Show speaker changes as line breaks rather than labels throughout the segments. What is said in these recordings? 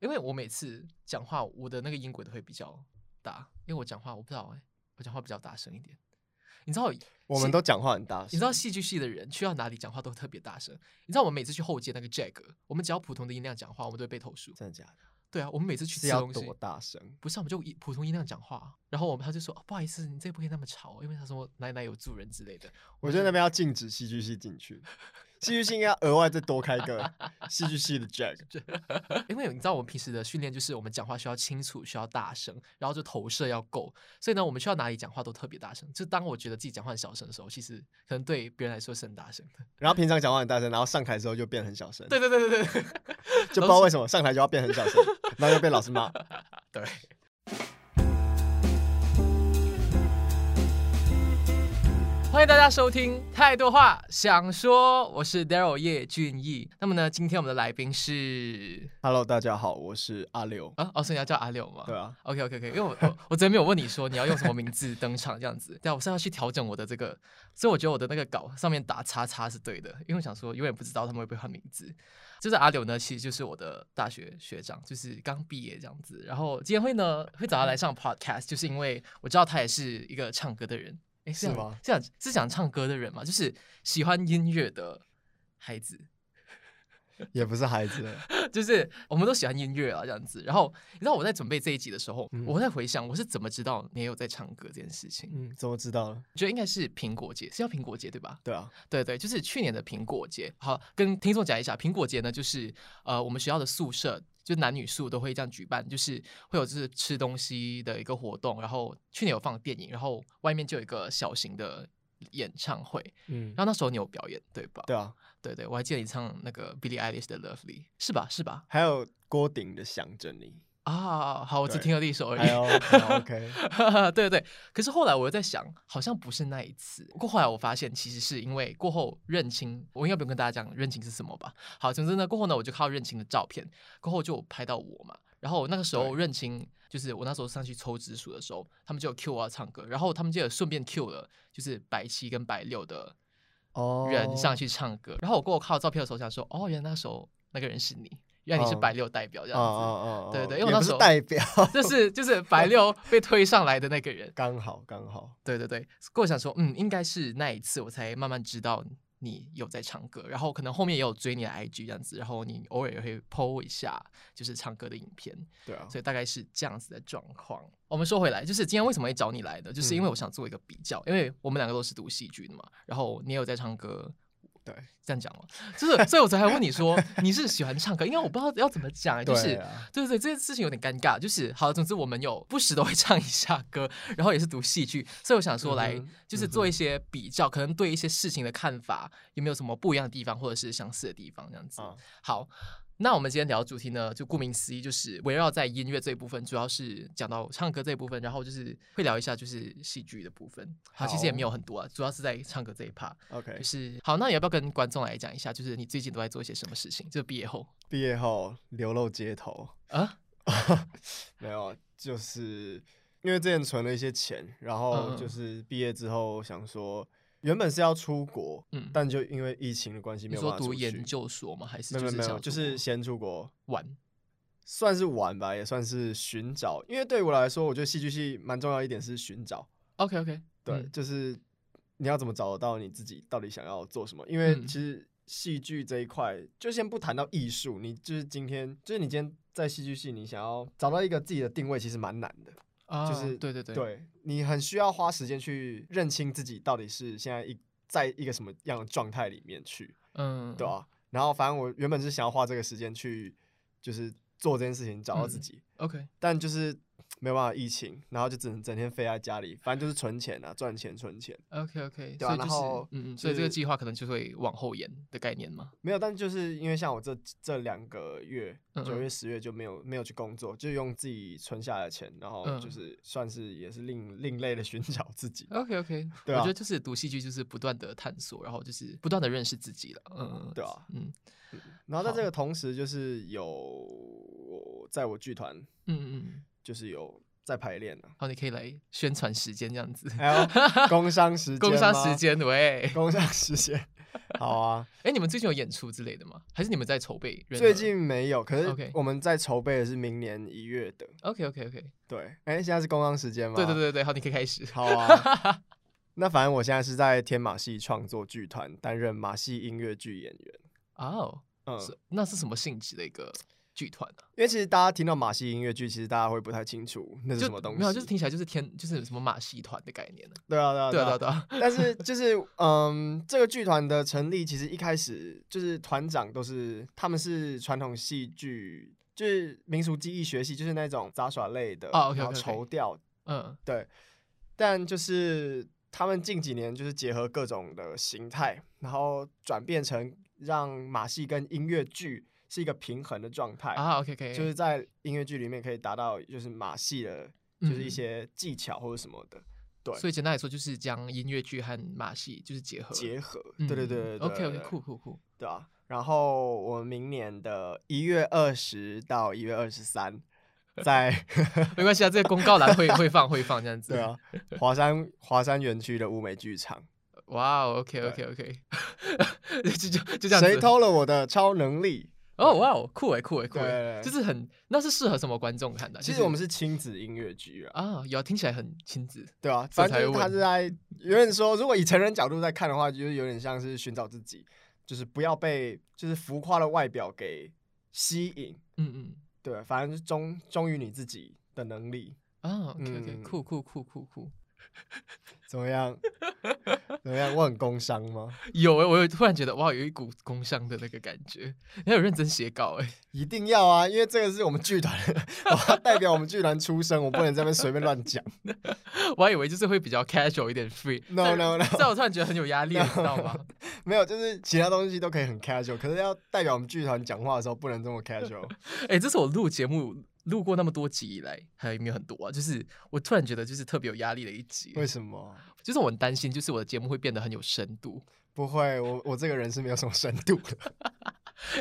因为我每次讲话，我的那个音轨都会比较大，因为我讲话我不知道哎、我讲话比较大声一点。你
哦
知道，
我们都讲话很大声，
你知道戏剧系的人去到哪里讲话都特别大声。你知道我们每次去后街那个 Jack，我们只要普通的音量讲话，我们都会被投诉。
真的假的？
对啊，我们每次去
是
吃
要
东西，
多大声？
不是，我们就以普通音量讲话，然后我们他就说、哦不好意思，你这不可以那么吵，哦因为他说奶奶有助人之类的。
我觉得那边要禁止戏剧系进 去，戏剧系应该额外再多开一个 戏剧系的 Jack。
因为你知道我们平时的训练就是我们讲话需要清楚，需要大声，然后就投射要够，所以呢，我们去到哪里讲话都特别大声。就当我觉得自己讲话很小声的时候，其实可能对别人来说是很大声的。
然后平常讲话很大声，然后上台之后就变很小声，
对，对对对对
就不知道为什么上台就要变很 小声，然后就被老师骂。
对。欢迎大家收听《太多话想说》，我是 Daryl 叶俊逸。那么呢，今天我们的来宾是
Hello，大家好，我是阿 六。
啊，哦，所以你要叫阿六吗？
对啊，
OK OK OK，因为我我我昨天没有问你说你要用什么名字登场这样子，对啊，我是要去调整我的这个，所以我觉得我的那个稿上面打叉叉是对的，因为我想说永远不知道他们会不会换名字。就是阿柳呢，其实就是我的大学学长，就是刚毕业这样子。然后今天会呢会找他来上 podcast，就是因为我知道他也是一个唱歌的人，诶，
是
讲
吗
是讲是讲唱歌的人嘛，就是喜欢音乐的孩子。
也不是孩子了，
就是我们都喜欢音乐啊，这样子。然后你知道我在准备这一集的时候，
嗯
我在回想我是怎么知道你也有在唱歌这件事情。
嗯，怎么知道了？
我觉得应该是苹果节，是叫苹果节对吧？
对啊，
对对，就是去年的苹果节。好，跟听众讲一下，苹果节呢，就是呃我们学校的宿舍。就男女宿都会这样举办，就是会有就是吃东西的一个活动，然后去年有放电影，然后外面就有一个小型的演唱会，
嗯
然，后那时候你有表演对吧？
对啊，
对对，我还记得你唱那个 Billie Eilish 的 Lovely，是吧？是吧？
还有郭顶的想着你，
啊，好，我只
对
听了一首而
还
已。
有还有 OK，
对对对，可是后来我又在想，好像不是那一次。过后来我发现，其实是因为过后认清，我应该不用跟大家讲认清是什么吧。好，总之呢，过后呢，我就看到认清的照片，过后就有拍到我嘛。然后那个时候
对
认清，就是我那时候上去抽直属的时候，他们就有 cue 我要唱歌，然后他们就有顺便 cue 了，就是白七跟白六的
哦
人上去唱歌。然后我过后看到照片的时候，想说，哦，原来那时候那个人是你，原来你是
嗯
白六代表这
哦
样子。
哦哦，
对对因为我
也
那
不
时
是
候
代表，。
就是就是白六被推上来的那个人
刚好刚好，
对对对，我想说，嗯，应该是那一次我才慢慢知道你有在唱歌，然后可能后面也有追你的 IG 这样子，然后你偶尔也会 PO 一下就是唱歌的影片，
对啊，
所以大概是这样子的状况。我们说回来，就是今天为什么会找你来的，就是因为
嗯
我想做一个比较，因为我们两个都是读戏剧的嘛，然后你也有在唱歌。
对，
这样讲嘛，就是，所以我才问你 说你是喜欢唱歌，因为我不知道要怎么讲，欸就是
对啊
对对对，这件事情有点尴尬。就是好，总之我们有不时都会唱一下歌，然后也是读戏剧，所以我想说来、
嗯哼
就是
嗯哼
做一些比较，可能对一些事情的看法有没有什么不一样的地方，或者是相似的地方这样子。
啊
好，那我们今天聊的主题呢，就顾名思义，就是围绕在音乐这一部分，主要是讲到唱歌这一部分，然后就是会聊一下就是戏剧的部分。好，其实也
好
没有很多啊，主要是在唱歌这一 part。
，OK，
就是好，那你要不要跟观众来讲一下，就是你最近都在做一些什么事情？就毕业后
毕业后流落 街头，
啊，
没有，就是因为之前存了一些钱，然后
嗯
就是毕业之后想说，原本是要出国，
嗯，
但就因为疫情的关系，没
你
有
说
办法
读
出去。
研究所吗？还是
没有
就
没有
是
没
想
有，
要
就
出
是
国
先出国
玩？
算是玩吧，也算是寻找。因为对我来说，我觉得戏剧系蛮重要一点是寻找，
OK OK，
对，就是你要怎么找得到你自己到底想要做什么。因为
嗯
其实戏剧这一块，就先不谈到艺术，你就是今天，就是你今天在戏剧系，你想要找到一个自己的定位，其实蛮难的。
啊，
就是
对对对，
你很需要花时间去认清自己到底是现在一在一个什么样的状态里面去，
嗯，
对啊。然后反正我原本是想要花这个时间去，就是做这件事情，找到自
嗯
己，
，OK，
但就是没有办法疫情，然后就只能整天飞在家里，反正就是存钱啊，赚钱存钱。
OK OK，
对
所
啊
以就
然
是
后
嗯嗯，
就
所以这个
是
计划可能就会往后延的概念嘛。
没有，但就是因为像我这这两个月，
嗯
九
嗯
月、十月就没有没有去工作，就用自己存下来的钱，然后
嗯
就是算是也是另另类的寻找自己。
OK OK，
对
我
啊
觉得就是读戏剧就是不断的探索，然后就是不断的认识自己了。嗯，嗯
对啊，
嗯
然后在
好
这个同时，就是有我在我剧团，
嗯嗯嗯，
就是有在排练呢、
好，你可以来宣传时间这样子，
还有哎工商时间，
工商时，间喂，
工商时间，好 啊，
哎，你们最近有演出之类的吗？还是你们在筹备人偶？
最近没有，可是
OK
我们在筹备的是明年一月的。
OK OK OK，
对，哎，现在是工商时间吗？
对对对对，好，你可以开始。
好啊。 那反正我现在是在天马戏创作剧团担任马戏音乐剧演员。
哦，
嗯，
是那是什么性质的一个剧团啊呢？
因为其实大家听到马戏音乐剧，其实大家会不太清楚那是
就
什么东西。
没有，就是听起来就是天，就是什么马戏团的概念呢？
对啊，对啊，
对
对
啊对
啊
啊。对啊，
但是就是嗯，这个剧团的成立，其实一开始就是团长都是他们是传统戏剧，就是民俗技艺学系，就是那种杂耍类的，
哦，OK，OK，OK
然后绸调
嗯
对，但就是他们近几年就是结合各种的形态，然后转变成让马戏跟音乐剧是一个平衡的状态，
啊，OK OK，
哎就是在音乐剧里面可以达到就是马戏的，就是一
嗯
些技巧或者什么的对
所以简单来说，就是将音乐剧和马戏就是结合。
结合。
嗯，
对对对对对
，OK
对
OK，
对
酷酷酷。
对啊。然后我们明年的一月二十到一月二 十三，在
没关系啊，这个公告栏会会放会放这样子。
对啊，华山华山园区的乌梅剧场。
哇哦，OK OK OK，就就就这样子。
谁偷了我的超能力？
哦哇哦，酷哎酷哎酷哎，
对
就是很那是适合什么观众看的？啊
其
就是
实我们啊是亲子音乐剧啊，
啊，有啊听起来很亲子
对啊，
所以
反正
才
就是
会
他是在有点说，如果以成人角度在看的话，就是有点像是寻找自己，就是不要被就是浮夸的外表给吸引，
嗯嗯
对，反正就是忠忠于你自己的能力，
啊，OK OK，
嗯
酷酷酷酷酷。
怎么样？ 怎么样？我很工伤吗？
有哎、我有突然觉得哇，有一股工商的那个感觉，你还有认真写稿哎、
一定要啊，因为这个是我们剧团， 我要代表我们剧团出身，我不能在那边随便乱讲。
我还以为就是会比较 casual 一点 free，
No no no，
但我突然觉得很有压力，你知道吗？
没有，就是其他东西都可以很 casual，可是要代表我们剧团讲话的时候，不能这么 casual。
哎、这是我录节目录过那么多集以来，还有没有很多啊？就是我突然觉得就是特别有压力的一集，
为什么？啊
就是我很担心，就是我的节目会变得很有深度，
不会，我我这个人是没有什么深度 的。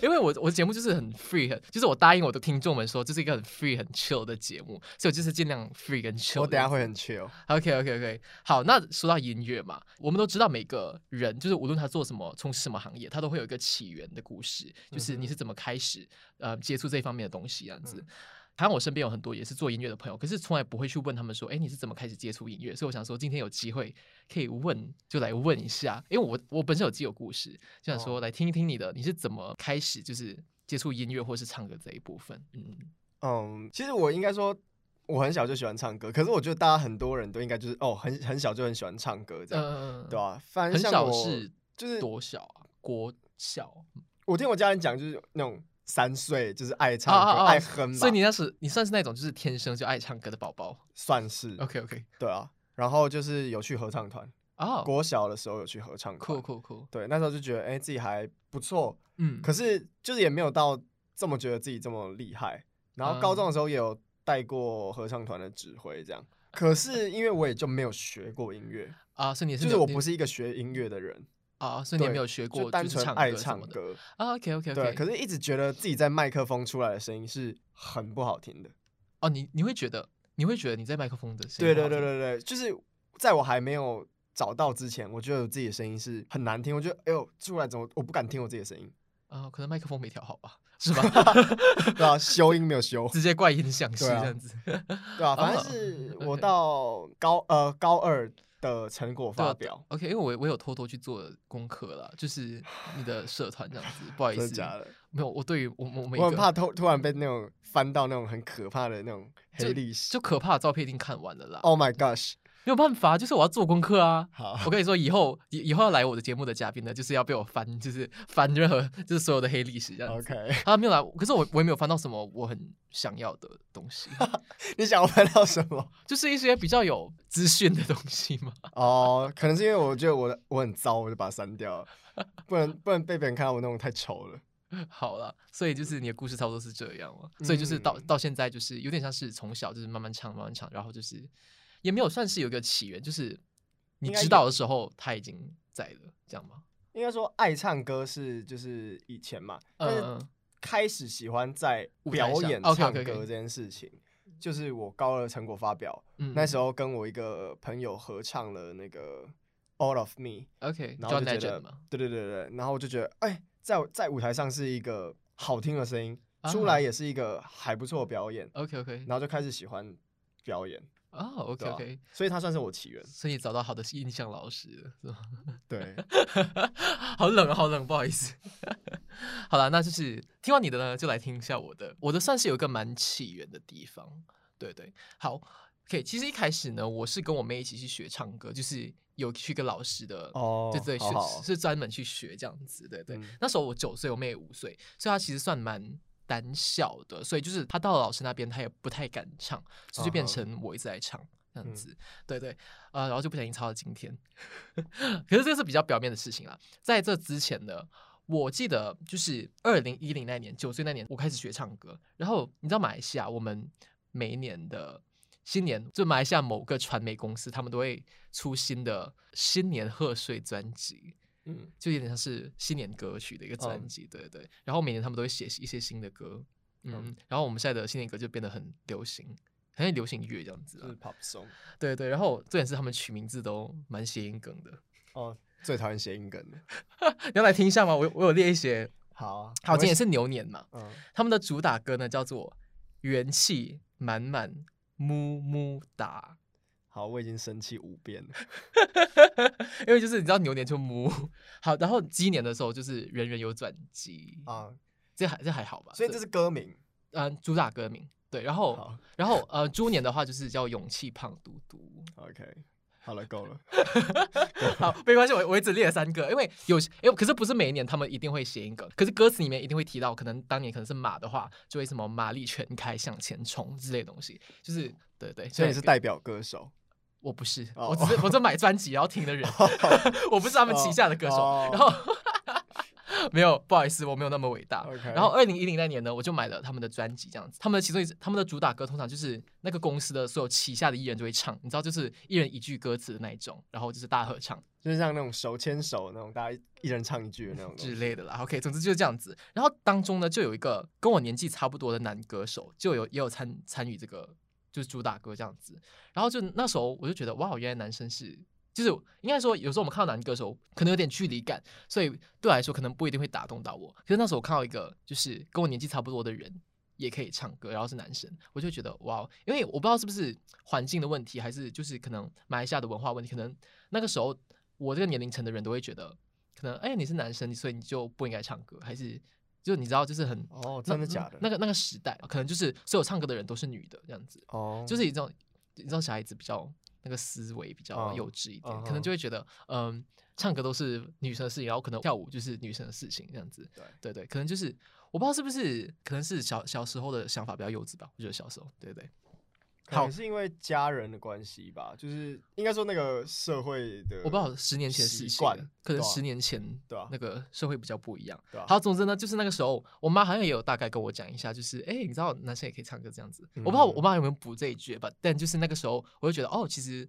因为我我的节目就是很 free，很就是我答应我的听众们说这是一个很 free 很 chill 的节目，所以我就是尽量 free 跟 chill 这样子。
我等一下会很 chill。
OK OK OK，好，那说到音乐嘛，我们都知道每个人就是无论他做什么、从事什么行业，他都会有一个起源的故事，就是你
嗯哼嗯
是怎么开始呃接触这一方面的东西这样子。还有我身边有很多也是做音乐的朋友，可是从来不会去问他们说，哎，你是怎么开始接触音乐？所以我想说，今天有机会可以问，就来问一下，因为我我本身有自己有故事，就想
哦
说来听一听你的，你是怎么开始就是接触音乐或是唱歌这一部分？嗯，
嗯，其实我应该说，我很小就喜欢唱歌，可是我觉得大家很多人都应该就是哦，很很小就很喜欢唱歌这样，
呃
嗯对吧、啊反
很
正像
小
我
是
就是
多小啊？国小。
我听我家人讲，就是那种三岁就是爱唱歌、
啊啊啊
爱哼嘛，
所以你那时你算是那种就是天生就爱唱歌的宝宝。
算是
OK OK，
对啊。然后就是有去合唱团，
哦、
国小的时候有去合唱团
酷，酷酷，
对，那时候就觉得哎、自己还不错，
嗯，
可是就是也没有到这么觉得自己这么厉害。然
嗯
后高中的时候也有带过合唱团的指挥，这样。可是因为我也就没有学过音 乐，
啊，所以你也是
就
没
是
有
我
你
不是一个学音乐的人，
啊，所以你也
对
没有学过
就单
是
纯
唱
爱
歌什
唱
么的。
歌。
啊，OK OK
对，
OK，
可是一直觉得自己在麦克风出来的声音是很不好听的。
哦，你你会觉得你会觉得你在麦克风的声
对
音
对
不好听，
对对对，就是在我还没有找到之前，我觉得我自己的声音是很难听。我觉得哎呦，出来怎么我不敢听我自己的声音，
啊，可能麦克风没调好吧，是吧？
对啊，修音没有修。
直接怪音响师
对啊
这样子。
对啊，
啊
反正是我
OK
到高呃高二的成果
对啊
发表，
OK，因为我我有偷偷去做功课了，就是你的社团这样子，不好意
真的
思，
假的？
没有，我对于我我每
我很
个
怕突突然被那种翻到那种很可怕的那种黑历史。
就可怕的照片已经看完了啦，
Oh my gosh！
没有办法，就是我要做功课啊。
好，
我跟你说，以后以以后要来我的节目的嘉宾呢，就是要被我翻，就是翻任何就是所有的黑历史这样子。
OK，
啊，没有啦，可是我我也没有翻到什么我很想要的东 西，
你想要翻到什么？
就是一些比较有资讯的东西嘛。
哦、可能是因为我觉得我的我很糟，我就把它删掉了，不能不能被别人看到我那种太丑了。
好啦，所以就是你的故事差不多是这样嘛，所以就是到
嗯
到现在就是有点像是从小就是慢慢唱慢慢唱，然后就是也没有算是有一个起源，就是你
应该
知
有
道的时候他已经在了，这样吗？
应该说爱唱歌是就是以前嘛，但
嗯
是
嗯
开始喜欢在
舞台
表
上
演唱歌
OK，OK，OK
这件事情，就是我高二成果发表，
嗯，
那时
候
候跟我一个朋友合唱了那个《 all of me，
OK，
然后
John
就觉
Legend
得
嘛，，
对对对对，然后我就觉得，哎，在在舞台上是一个好听的声音，出
啊
来也是一个还不错的表演，
OK OK，
然后就开始喜欢表演，
哦 OK
对啊
OK，
所以它算是我起源。
所以你找到好的印象老师了是吗？
对，
好冷啊，好冷， 不好意思。好了，那就是听完你的呢，就来听一下我的。我的算是有一个蛮起源的地方，对对。好，OK，其实一开始呢，我是跟我妹一起去学唱歌，就是有去一个老师的，
哦
对对，
好
学
好
是专门去学这样子，对对。
嗯
那时候我九岁，我妹五岁，所以她其实算蛮。胆小的，所以就是她到了老师那边，她也不太敢唱，所以就变
啊哈
成我一直在唱这样
嗯
子。对对，呃，然后就不小心抄到今天。 可是这是比较表面的事情啦，在这之前呢，我记得就是二零一零那年，九岁那年，我开始学唱歌。然后你知道马来西亚，我们每一年的新年，就马来西亚某个传媒公司，他们都会出新的新年贺岁专辑。
嗯，
就有点像是新年歌曲的一个专
嗯
辑，对对。然后每年他们都会写一些新的歌，嗯，
嗯
然后我们现在的新年歌就变得很流行，很像流行乐这样子
就
啊
是。pop song。
对对，然后重点是他们取名字都蛮谐音梗的。
哦，最讨厌谐音梗了。
你要来听一下吗？我有我有列一些，
好啊，
好，
我
今
会
年是牛年嘛，
嗯，
他们的主打歌呢叫做《元气满满么么哒
好，我已经生气五遍了。》，
因为就是你知道牛年就么，好，然后鸡年的时候就是人人有转机啊，
啊，
这还这还好吧？
所以这是歌名。
嗯、主打歌名对，然后
好
然后呃猪年的话就是叫勇气胖嘟 嘟，
，OK，好 了，够了。
好，没关系，我我只列了三个，因为有些，哎、可是不是每一年他们一定会谐音梗，可是歌词里面一定会提到，可能当年可能是马的话，就会什么马力全开向前冲之类的东西，就是对对
哦所以你
这两个
是代表歌手，
我不是，
哦
我只是我只买专辑然后听 的人， 我不是他们旗下的歌手，
哦
然后。 没有，不好意思，我没有那么伟大。
OK
啊然后二零一零那年呢，我就买了他们的专辑，这样子。他们的其中一他们的主打歌通常就是那个公司的所有旗下的艺人就会唱，你知道，就是一人一句歌词的那一种，然后就是大合唱。
就是像那种手牵手那种，大家一人唱一句的那种东
之
西。
类的啦。OK，总之就是这样子。然后当中呢，就有一个跟我年纪差不多的男歌手，就有也有参参与这个就是主打歌这样子。然后就那时候我就觉得，哇，原来男生是。就是应该说，有时候我们看到男歌手可能有点距离感，所以对我来说可能不一定会打动到我。可是那时候我看到一个就是跟我年纪差不多的人也可以唱歌，然后是男生，我就觉得哇，哦因为我不知道是不是环境的问题，还是就是可能马来西亚的文化问题，可能那个时候我这个年龄层的人都会觉得可能哎、你是男生，所以你就不应该唱歌，还是就你知道就是很
哦，
那
真的假的？
那个那个时代，可能就是所有唱歌的人都是女的这样子，
哦，
就是一种你知道小孩子比较那个思维比较
嗯
幼稚一点，
嗯
可能
哼
就会觉得嗯，唱歌都是女生的事情，然后可能跳舞就是女生的事情这样子。
对
对对，可能就是我不知道是不是，可能是小小时候的想法比较幼稚吧，我觉得小时候，对对
可能
好
是因为家人的关系吧，就是应该说那个社会的，
我不知道十年前的事
呃习
情
惯
了，可能
对啊
十年前
对啊
那个社会比较不一样。
对吧？啊
好，总之呢，就是那个时候，我妈好像也有大概跟我讲一下，就是哎、诶你知道男生也可以唱歌这样子。我不知道我
嗯
妈有没有补这一句吧，但就是那个时候，我就觉得哦，其实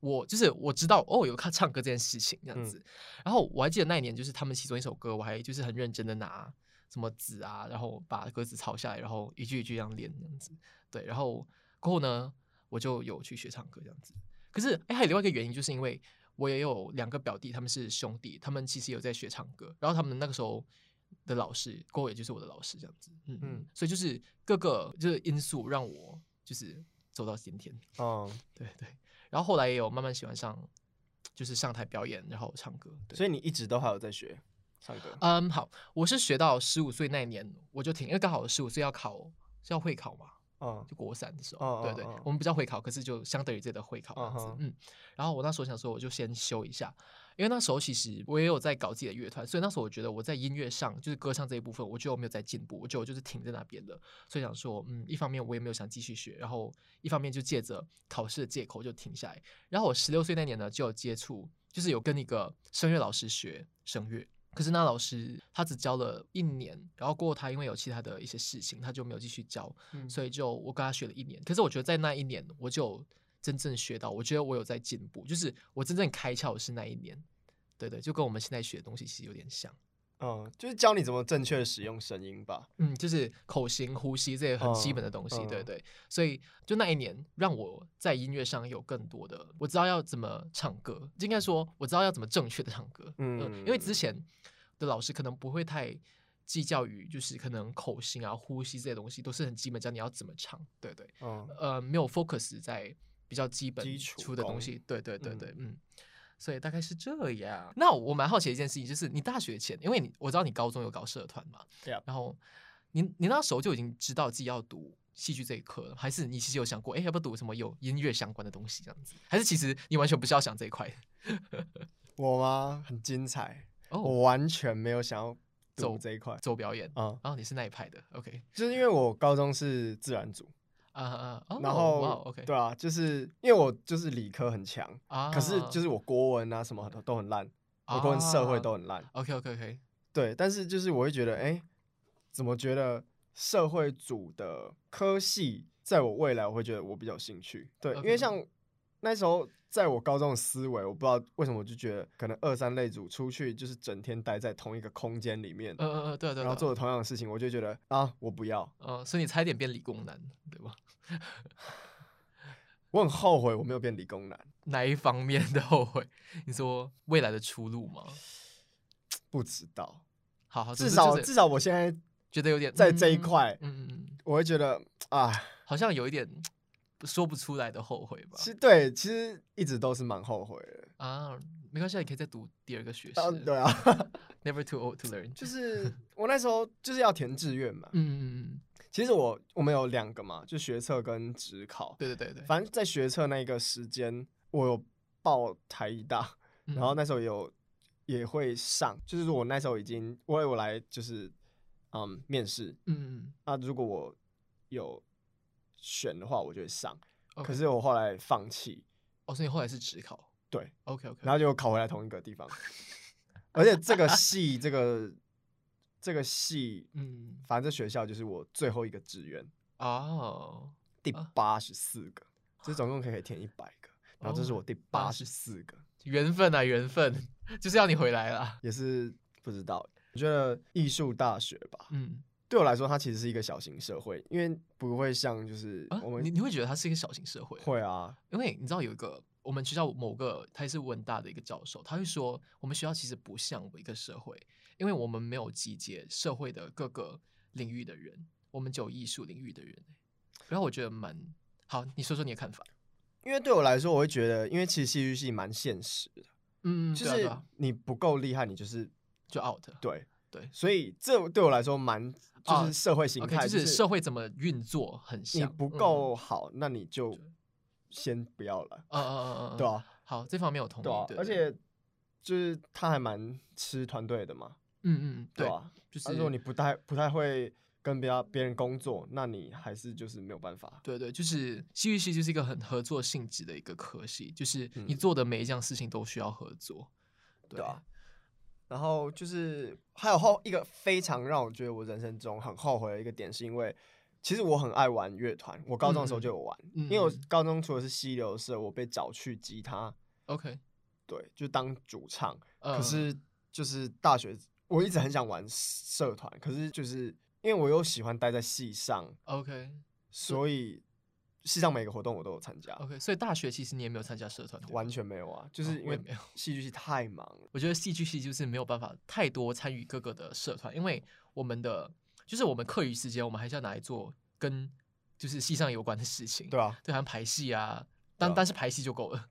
我就是我知道哦，有看唱歌这件事情这样
嗯
子。然后我还记得那一年，就是他们其中一首歌，我还就是很认真的拿什么纸啊，然后把歌词抄下来，然后一句一句这样练这样子。对，然后过后呢，我就有去学唱歌这样子。可是，哎、还有另外一个原因，就是因为我也有两个表弟，他们是兄弟，他们其实有在学唱歌，然后他们那个时候的老师，郭伟就是我的老师，这样子，嗯嗯
嗯，
所以就是各个就是因素让我就是走到今天，
嗯，
对对，然后后来也有慢慢喜欢上，就是上台表演，然后唱歌，对。
所以你一直都还有在学唱歌。
嗯，好，我是学到十五岁那一年我就停，因为刚好十五岁要考是要会考嘛，
嗯
就国三的时候，
哦
对
哦
对，
哦
我们不叫会考，可是就相对于这个会考这样子，
嗯哼
嗯。然后我那时候想说，我就先休一下，因为那时候其实我也有在搞自己的乐团，所以那时候我觉得我在音乐上就是歌唱这一部分，我觉得我没有在进步，我觉得我就是停在那边了。所以想说，嗯，一方面我也没有想继续学，然后一方面就借着考试的借口就停下来。然后我十六岁那年呢，就有接触，就是有跟一个声乐老师学声乐。可是那老师他只教了一年，然后过后他因为有其他的一些事情，他就没有继续教。
嗯
所以就我跟他学了一年。可是我觉得在那一年，我就真正学到，我觉得我有在进步，就是我真正开窍是那一年。对对，就跟我们现在学的东西其实有点像。
嗯，就是教你怎么正确的使用声音吧。
嗯，就是口型、呼吸这些很基本的东西，
嗯嗯
对对。所以就那一年，让我在音乐上有更多的，我知道要怎么唱歌，应该说我知道要怎么正确的唱歌。嗯、
嗯
因为之前的老师可能不会太计较于，就是可能口型啊、呼吸这些东西都是很基本，教你要怎么唱，对对。
嗯，
呃，没有 focus 在比较基本
基础
出的东
功
西。对对对对，
嗯
嗯。所以大概是这样。那我蛮好奇的一件事情，就是你大学前，因为你我知道你高中有搞社团嘛
Yep
然后你你那时候就已经知道自己要读戏剧这一科了，还是你其实有想过，哎、要不要读什么有音乐相关的东西这样子？还是其实你完全不是要想这一块？
我吗？很精彩，
哦，
我完全没有想要
走
读这一块。
走表演，哦
嗯，
然后你是那一派的，OK
就是因为我高中是自然组，
啊啊，哦
然
哇
后
，OK
对啊，就是因为我就是理科很强，
啊，
可是就是我国文啊什么都都很烂，我国文社
啊
会都很烂。
OK OK OK，
对，但是就是我会觉得，哎、怎么觉得社会组的科系，在我未来我会觉得我比较有兴趣。对因
OK
为像那时候在我高中的思维，我不知道为什么我就觉得，可能二三类组出去就是整天待在同一个空间里面，
呃呃呃，对对，
然后
对
做同样的事情，我就觉得啊，我不要，
嗯，所以你差一点变理工男，对吧？
我很后悔我没有变理工男，
哪一方面的后悔？你说未来的出路吗？
不知道，
好好，
至少
哦就是
至少我现在
觉得有点
在这一
嗯
块
嗯嗯嗯，
我会觉得啊，
好像有一点说不出来的后悔吧
其。实对，其实一直都是蛮后悔的。
啊，没关系啊，你可以再读第二个学士。
当对啊，
Never too old to learn。
就，是我那时候就是要填志愿嘛。
嗯嗯嗯，
其实我我们有两个嘛，就学测跟职考。
对对对对。
反正在学测那个时间，我有报台艺大，
嗯
然后那时候有也会上，就是我那时候已经我有来就是嗯面试
嗯嗯
啊，如果我有选的话，我就会上。
嗯，
可是我后来放弃，
哦，所以你后来是职考。
对
，OK OK。
然后就考回来同一个 地方，而且这个系这个这个系，
嗯，
反正这学校就是我最后一个志愿。
哦，
第
啊
八十四个，这总共可以填一百个，然
哦
后这是我第八十四个，
缘分啊，缘分， 就是要你回来啊啦。
也是不知道。我觉得艺术大学吧，
嗯，
对我来说，它其实是一个小型社会，因为不会像就是
啊
我，们
你你会觉得它是一个小型社会。
会啊，
因为你知道有一个我们学校某个他也是文大的一个教授，他会说我们学校其实不像一个社会，因为我们没有集结社会的各个领域的人，我们只有艺术领域的人。欸然后我觉得蛮好，你说说你的看法。
因为对我来说，我会觉得，因为其实戏剧系蛮现实的，
嗯，
就
对啊对
是
啊
你不够厉害，你就是
就 out
对
对
所以这对我来说蛮就
啊
是社会形
OK，
态，
就是社会怎么运作很
你
像，
不
嗯
够。好，那你就
对
先不要了，
呃呃呃呃，嗯
对啊。
好，这方面我同意。
对啊，
对
而且就是他还蛮吃团队的嘛，
嗯嗯，
对
对，
吧、
就
啊？
是
如果你不太不太会跟别别人工作，那你还是就是没有办法。
对对，就是戏剧系就是一个很合作性质的一个科系，就是你
嗯
做的每一件事情都需要合作。对
对啊然后就是还有后一个非常让我觉得我人生中很后悔的一个点，是因为其实我很爱玩乐团，我高中的时候就有玩，
嗯
因为我
嗯
高中除了是溪流社，我被找去吉他，
，OK，
对，就当主唱。
呃、
可是就是大学我一直很想玩社团，可是就是因为我又喜欢待在系上，
OK
所以系上每个活动我都有参加，
OK，所以大学其实你也没有参加社团，对吧
完全没有啊，就
哦
是因
我也
为
没有
戏剧系太忙了。
我觉得戏剧系就是没有办法太多参与各个的社团，因为我们的就是我们课余时间，我们还是要拿来做跟就是系上有关的事情，
对啊，
对，像排戏啊，单
对啊
单是排戏就够了。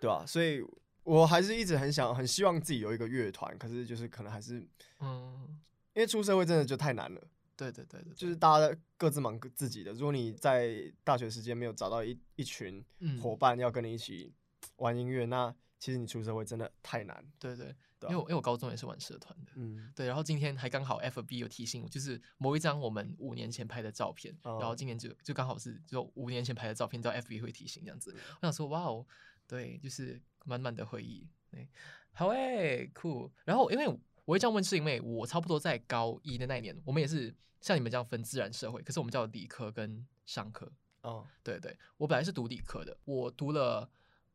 对啊，所以我还是一直很想，很希望自己有一个乐团，可是就是可能还是因
嗯，
为出社会真的就太难了，
对对对对，
就是大家各自忙各自己的。如果你在大学时间没有找到一一群
嗯
伙伴要跟你一起玩音乐，那其实你出社会真的太难。
对对，因
对啊
为我因为我高中也是玩社团的。
嗯，
对，然后今天还刚好 FB 有提醒我，就是某一张我们五年前拍的照片，然后
哦
今年就就刚好是就五年前拍的照片，到 FB 会提醒这样子。我想说，哇哦，对，就是满满的回忆，对，好诶、酷。然后因为我会这样问，是因为我差不多在高一的那一年，我们也是像你们这样分自然社会，可是我们叫理科跟商科，
哦，
对对，我本来是读理科的，我读了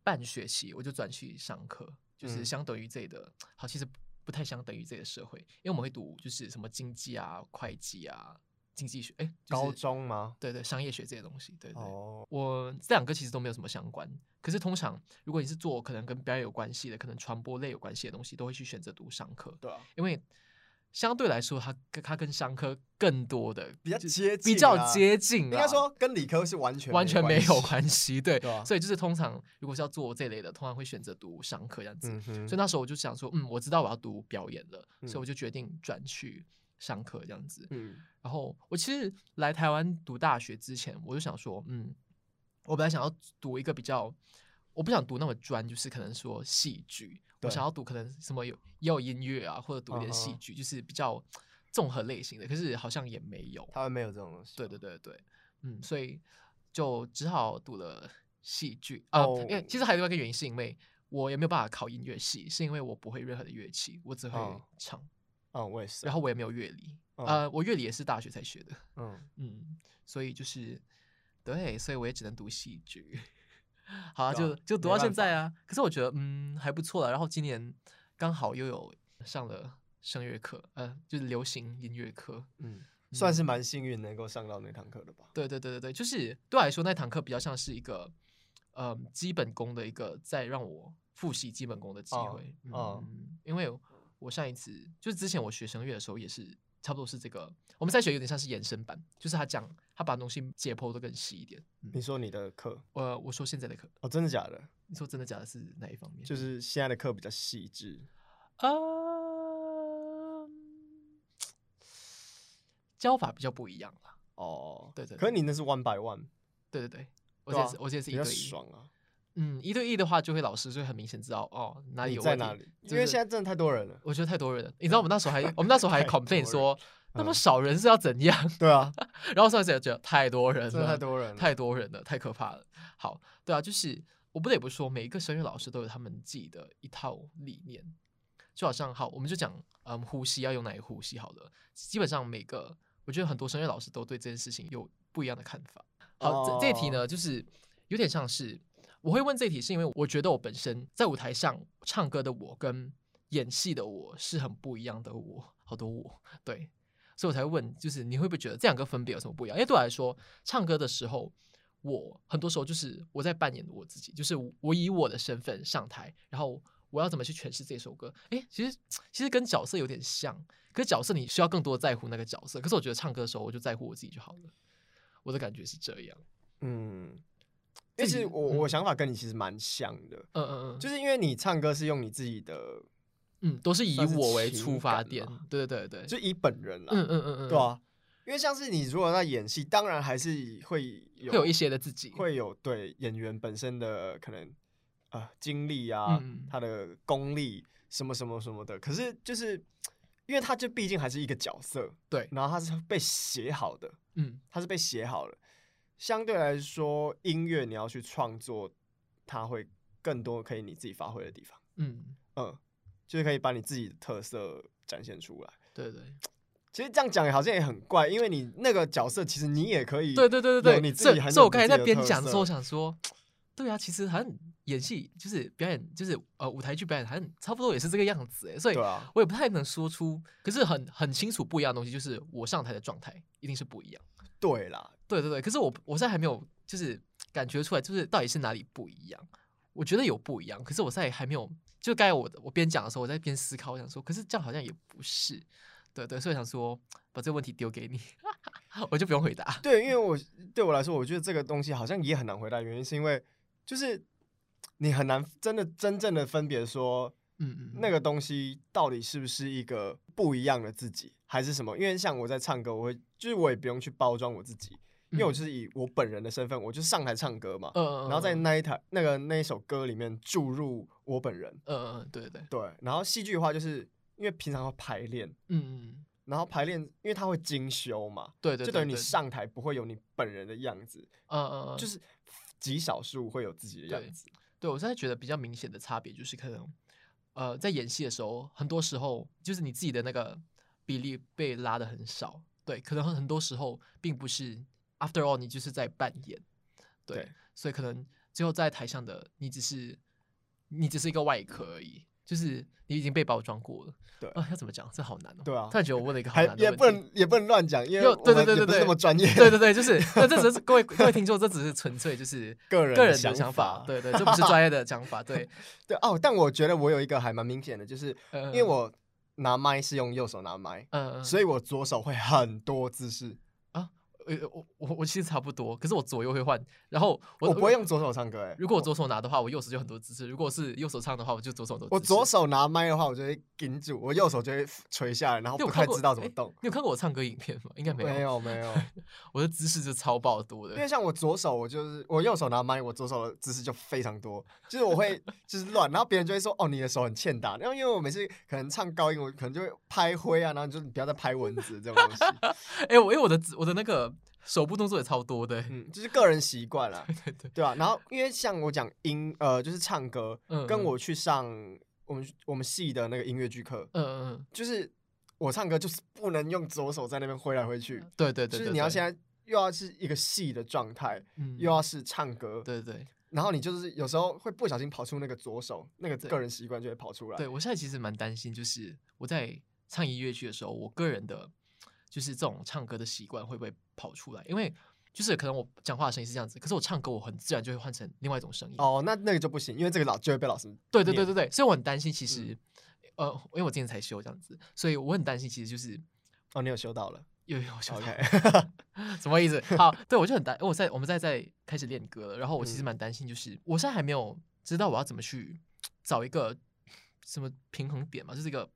半学期，我就转去商科，就是
嗯
相等于这里的，好，其实不不太相等于这个社会，因为我们会读就是什么经济啊、会计啊、经济学，哎、就是
高中吗？
对对，商业学这些东西，对对。
哦，
我这两个其实都没有什么相关，可是通常如果你是做可能跟表演有关系的，可能传播类有关系的东西，都会去选择读商科，
对啊，
因为相对来说它，它跟商科更多的
比较
就是
接近
比较
啊
接近
应
啦，
该说跟理科是完全
完全没有
系。
关系，对，
对啊
所以就是通常如果是要做这类的，通常会选择读商科这样子。
嗯哼
所以那时候我就想说，嗯，我知道我要读表演了，所以
嗯
我就决定转去上课这样子。
嗯
然后我其实来台湾读大学之前，我就想说，嗯，我本来想要读一个比较，我不想读那么专，就是可能说戏剧，我
对
想要读可能什么有也有音乐啊，或者读一点戏
嗯哼
剧就是比较综合类型的。可是好像也没有，
他们没有这种东西。啊
对对对对，嗯，所以就只好读了戏剧啊。因为
哦
其实还有另外一个原因，是因为我也没有办法考音乐系，是因为我不会任何的乐器，我只会
哦
唱，
嗯，我也是。
然后我也没有乐理。
嗯
呃，我乐理也是大学才学的，
嗯，
嗯，所以就是对，所以我也只能读戏剧。 好、啊，
对啊
就就读
没
到现
办
在啊。可是我觉得嗯还不错了，然后今年刚好又有上了声乐课，呃，就是流行音乐课，
嗯，算
嗯
是蛮幸运能够上到那堂课的吧。
对对对对对，就是对我来说那堂课比较像是一个，呃，基本功的一个在让我复习基本功的机
哦
会。
哦
嗯，因为我上一次就是之前我学声乐的时候也是差不多是这个，我们在学有点像是延伸版，就是他讲他把东西解剖的更细一点。嗯
你说你的课
呃，我说现在的课，
哦，真的假的？
你说真的假的是哪一方面？嗯
就是现在的课比较细致。
呃，教法比较不一样了。
哦，
对对
可是
对
你那是 one by one，
对对对，我
对
记得
啊
是，我记得是
比
一
较
对一。
爽啊。
嗯，一对一的话，就会老师就会很明显知道哦哪里
你
有
在
问题。
哪里？
就
因为
是
现在真的太多人了。
我觉得太多人了，你知道我们那时候 还我们那时候还
太多
complain
人
说那么
嗯
少人是要怎样，
对啊，
然后上一次也觉得太多人
真的
了，
太多人了。
太多人了，太可怕了。好，对啊，就是我不得不说，每一个声乐老师都有他们自己的一套理念，就好像好，我们就讲嗯呼吸要用哪一个呼吸好了，基本上每个我觉得很多声乐老师都对这件事情有不一样的看法。好，这这一题呢，就是有点像是我会问这一题，是因为我觉得我本身在舞台上唱歌的我跟演戏的我是很不一样的我，好多我，对，所以我才会问，就是你会不会觉得这两个分别有什么不一样？因为对我来说，唱歌的时候，我很多时候就是我在扮演我自己，就是我以我的身份上台，然后我要怎么去诠释这首歌？诶，其实其实跟角色有点像，可是角色你需要更多在乎那个角色，可是我觉得唱歌的时候，我就在乎我自己就好了。我的感觉是这样，
嗯，因为其
自己
实我
嗯
我想法跟你其实蛮像的，
嗯嗯嗯，
就是因为你唱歌是用你自己的，
嗯，都是以
算是
我为
情
出发
感
点
嘛，
对对对对，
就以本人
嗯
啦，
嗯嗯嗯，
对，啊。因为像是你如果在演戏，当然还是会有
会有一些的自己，
会有对演员本身的可能呃经历啊，
嗯
他的功力什么什么什么的。可是就是因为他就毕竟还是一个角色，
对，
然后他是被写好的，
嗯
他是被写好了。相对来说，音乐你要去创作，它会更多可以你自己发挥的地方，
嗯，
嗯，就是可以把你自己的特色展现出来。
对对
其实这样讲好像也很怪，因为你那个角色其实你也可以
对对对对
有
对，
你自
所
己
以
很
所以
有
我
你
刚才
自己
在
的
边
特
讲的时候，我
色
想说，对啊，其实好像演戏就是表演，就是呃舞台剧表演，好像差不多也是这个样子诶，所以
对啊，
我也不太能说出，可是很很清楚不一样的东西，就是我上台的状态一定是不一样。
对啦，
对对对，可是我我现在还没有就是感觉出来，就是到底是哪里不一样。我觉得有不一样，可是我现在还没有。就刚才我我边讲的时候，我在边思考，我想说，可是这样好像也不是。对对，所以我想说把这个问题丢给你， 我就不用回答。
对，因为我对我来说，我觉得这个东西好像也很难回答，原因是因为就是你很难真的真正的分别说
嗯嗯，
那个东西到底是不是一个不一样的自己，还是什么？因为像我在唱歌，我会就是我也不用去包装我自己，因为我就是以我本人的身份，我就上台唱歌嘛，
嗯，嗯嗯，
然后在
嗯
那一台那个那一首歌里面注入我本人。
嗯嗯，对对对，
对，然后戏剧的话，就是因为平常会排练，
嗯嗯，
然后排练因为它会精修嘛，
对对，
就
对
等于你，
对
上台不会有你本人的样子，
嗯嗯嗯，
就是是极少数会有自己的
对
样子。
对我现在觉得比较明显的差别就是可能，呃，在演戏的时候，很多时候就是你自己的那个比例被拉的很少，对，可能很多时候并不是，after all，你就是在扮演，对，
对
所以可能最后在台上的你只是你只是一个外壳而已，就是你已经被包装过了。
对
啊，要怎么讲？这好难哦。
对啊
突然觉得我问了一个好
还
难的
也
问
不
题。
能也不能乱讲，因为
又
我
对对
们
对
也
对
不是
对
那么专业，
对 对对，就是那这只是各位各位听众，这只是纯粹就是
个人
个人
想
的想
法
法，对对，这不是专业的讲法， 对，
对哦。但我觉得我有一个还蛮明显的，就是
呃
因为我拿麦是用右手拿麦，
嗯，嗯
所以我左手会很多姿势，
呃，我我我其实差不多，可是我左右会换，然后我
我不会用左手唱歌，哎，
如果我左手拿的话，我右手就很多姿势；如果是右手唱的话，我就左手很多姿势。
我左，手拿麦的话，我就会顶住，我右手就会垂下来，然后
你有
不
看
太
过
知道怎么
哎
动。
你有看过我唱歌影片吗？应该没有。
没有没有，
我的姿势就超爆多
因为
的。
像我左手，我就是我右手拿麦，我左手的姿势就非常多，就是 我会就是乱，然后别人就会说哦你的手很欠打，然后因为我每次可能唱高音，我可能就会拍灰啊，然后你就你不要再拍蚊子这种东西，
哎、我因为我的姿我的那个手部动作也超多的、
嗯，就是个人习惯啦，
对对，
对吧、啊然后因为像我讲音呃就是唱歌，
嗯
跟我去上我们我们系的那个音乐剧课，
嗯嗯
就是我唱歌就是不能用左手在那边挥来挥去
嗯，，对对对对，
就是你要
对
现，在又要是一个戏的状态，
嗯
又要是唱歌，
对对对
然后你就是有时候会不小心跑出那个左手，那个
对
个人习惯就会跑出来。
对，我现在其实蛮担心，就是我在唱音乐剧的时候，我个人的就是这种唱歌的习惯会不会跑出来？因为就是可能我讲话的声音是这样子，可是我唱歌我很自然就会换成另外一种声音。
哦，那那个就不行，因为这个老就会被老师
对对对
念嗯
对对，所以我很担心，其实、呃，因为我之前才修这样子，所以我很担心，其实就是
哦，你有修到了
有有修到
，OK，
什么意思？好，对我就很担，因为我在我们在在开始练歌了，然后我其实
嗯
蛮担心，就是、我现在还没有知道我要怎么去找一个什么平衡点嘛，就是一个。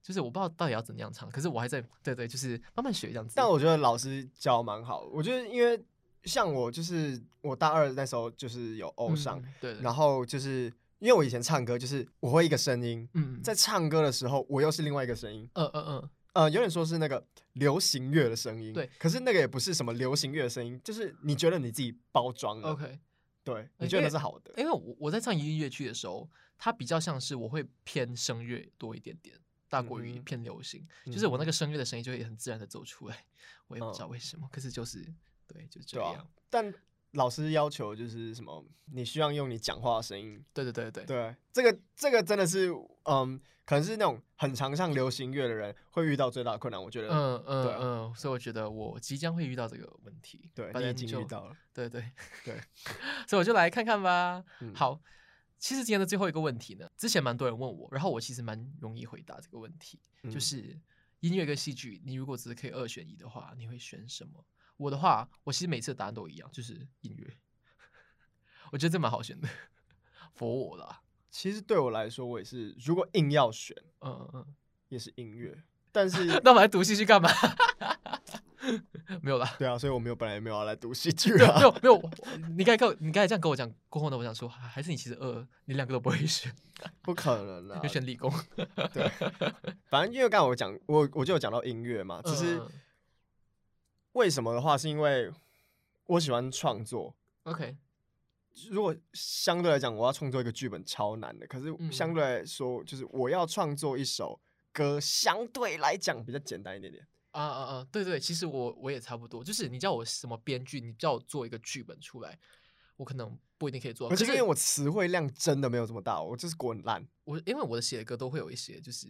就是我不知道到底要怎么样唱，可是我还在对对，就是慢慢学这样子。
但我觉得老师教蛮好，我觉得因为像我就是我大二那时候就是有欧上，
嗯对对，
然后就是因为我以前唱歌就是我会一个声音，
嗯，
在唱歌的时候我又是另外一个声音，
嗯嗯嗯，
呃，有点说是那个流行乐的声音，
对，
可是那个也不是什么流行乐的声音，就是你觉得你自己包装
嗯
了
OK，
对，
呃
你觉
因
得那
为
是好的，
因为我我在唱音乐剧的时候，它比较像是我会偏声乐多一点点，大过
嗯
于
哼
偏流行。就是我那个声乐的声音就会很自然的走出来，我也不知
嗯
道为什么，可是就是对，就这
对啊
样。
但老师要求就是什么，你需要用你讲话的声音，
对对对对对，
对，这个这个真的是，嗯，可能是那种很常上流行乐的人会遇到最大的困难，我觉得，
嗯
对
嗯
啊
嗯，所以我觉得我即将会遇到这个问题。
对
反
你已
正
经
就
遇，到了，
对对
对，
所以我就来看看吧。
嗯
好，其实今天的最后一个问题呢，之前蛮多人问我，然后我其实蛮容易回答这个问题，
嗯
就是音乐跟戏剧，你如果只是可以二选一的话，你会选什么？我的话，我其实每次的答案都一样，就是音乐。我觉得这蛮好选的，佛我啦。
其实对我来说，我也是，如果硬要选，
嗯嗯嗯，。
也是音乐，但是
那我还读戏剧干嘛？ 没有啦，
对啊，所以我没有本来也没有要来读戏剧
对，
啊
没，有没有，我你刚才跟我你刚才这样跟我讲过后呢，我想说，还是你其实二，你两个都不会选，
不可能啊
就！选理工。
对，反正因为刚才我讲，我我就有讲到音乐嘛，只是
嗯嗯嗯
为什么的话，是因为我喜欢创作，
OK，
如果相对来讲，我要创作一个剧本超难的，可是
嗯
相对来说，就是我要创作一首歌，相对来讲比较简单一点点。
啊啊啊！对对，其实我我也差不多，就是你叫我什么编剧，你叫我做一个剧本出来，我可能不一定可以做到。
而且
哦可
因
是
为我词汇量真的没有这么大，我就是滚烂。
我因为我的写的歌都会有一些就是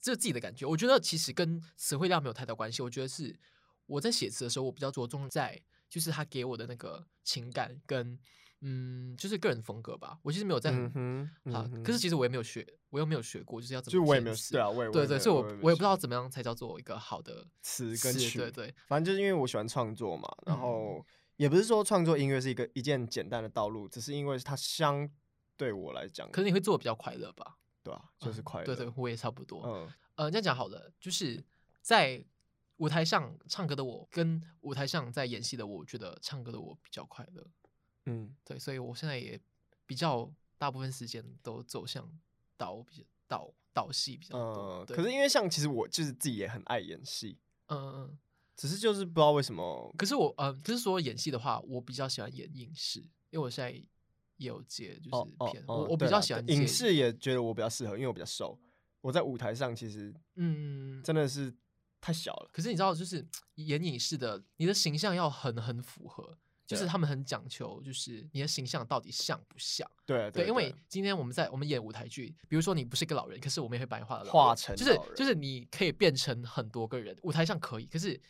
这自己的感觉，我觉得其实跟词汇量没有太大关系。我觉得是我在写词的时候，我比较着重在就是他给我的那个情感跟嗯，就是个人风格吧。我其实没有在很
嗯哼，
啊、
嗯哼
可是其实我也没有学，我又没有学过，就是要怎
就
么
我也
填
没有
词
对啊，我也
对对，所以我
也没
我也不知道
学
怎么样才叫做一个好的
词跟曲。
对，对，
反正就是因为我喜欢创作嘛，然
嗯
后也不是说创作音乐是一个一件简单的道路，只是因为它相对我来讲，
可是你会做的比较快乐吧？
对啊，就是
嗯
快乐。
对对，，我也差不多。
嗯，
呃，这样讲好了，就是在舞台上唱歌的我，跟舞台上在演戏的我，我觉得唱歌的我比较快乐。
嗯，
对，所以我现在也比较大部分时间都走向导比较导导戏比较多。
呃，
对
可是因为像其实我就是自己也很爱演戏，
嗯嗯嗯，
只是就是不知道为什么，
可是我嗯、呃，可是说演戏的话，我比较喜欢演影视，因为我现在也有接就是
哦哦
片，
哦
我我比
对
较
啦
喜欢
对
接嗯
影视，也觉得我比较适合，因为我比较瘦，我在舞台上其实
嗯。
真的是太小了，
可是你知道，就是演影视的，你的形象要很很符合，就是
对
他们很讲求，就是你的形象到底像不像。
啊对
对，因为今天我们在我们演舞台剧，比如说你不是一个老人，可是我们也会把你画的
化成
就是
老人
就是你可以变成很多个人，舞台上可以，可是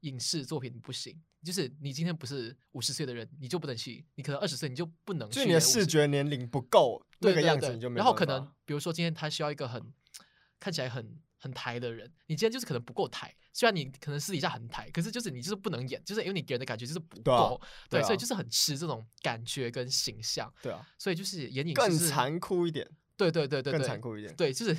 影视作品不行。就是你今天不是五十岁的人，你就不能去；你可能二十岁，你就不能去
就
演
你的
50
视觉年龄不够
对
那个
对
样子，
对
你就没
然后
办
可
法
能比如说今天他需要一个很看起来很很台的人，你今天就是可能不够台，虽然你可能私底下很台，可是就是你就是不能演，就是因为你给人的感觉就是不
对啊
够，
对
所以
啊
就是很吃这种感觉跟形象，
对啊，
所以就是眼影
更
就是
残酷一点，
对对对对
更
对
残酷一点。
对，就是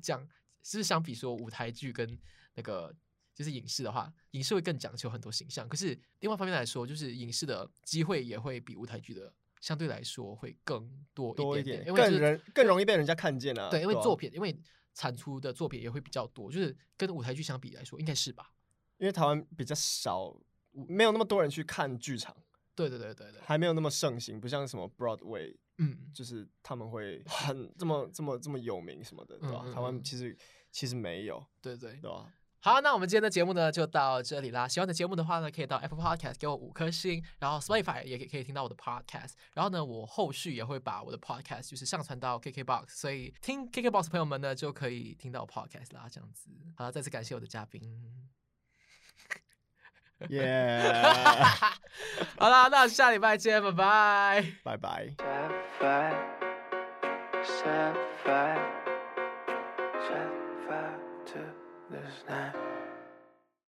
讲，就是相比说舞台剧跟那个就是影视的话，影视会更讲究很多形象。可是另外一方面来说，就是影视的机会也会比舞台剧的相对来说会更多
多一
一
点
点，因为就
更
是
人更容易被人家看见啊。
对，因为
啊
作品，因为产出的作品也会比较多，就是跟舞台剧相比来说，应该是吧？
因为台湾比较少，嗯没有那么多人去看剧场，
对对对对对，
还没有那么盛行，不像什么 Broadway，
嗯，
就是他 们会很这么这么这么有名什么的，对吧？
嗯嗯
台湾
嗯
其实其实没有，
对对。
对吧？
好，那我们今天的节目呢就到这里啦。喜欢的节目的话呢，可以到 Apple Podcast 给我五颗星，然后 Spotify 也可以可以听到我的 podcast。然后呢，我后续也会把我的 podcast 就是上传到 KKBox，所以听 KKBox 的朋友们呢就可以听到 podcast 啦。这样子，好啦，再次感谢我的嘉宾。
耶、
好啦，那下礼拜见，拜拜。
拜拜。
Sad vibe, sad vibe, sad vibe to this night.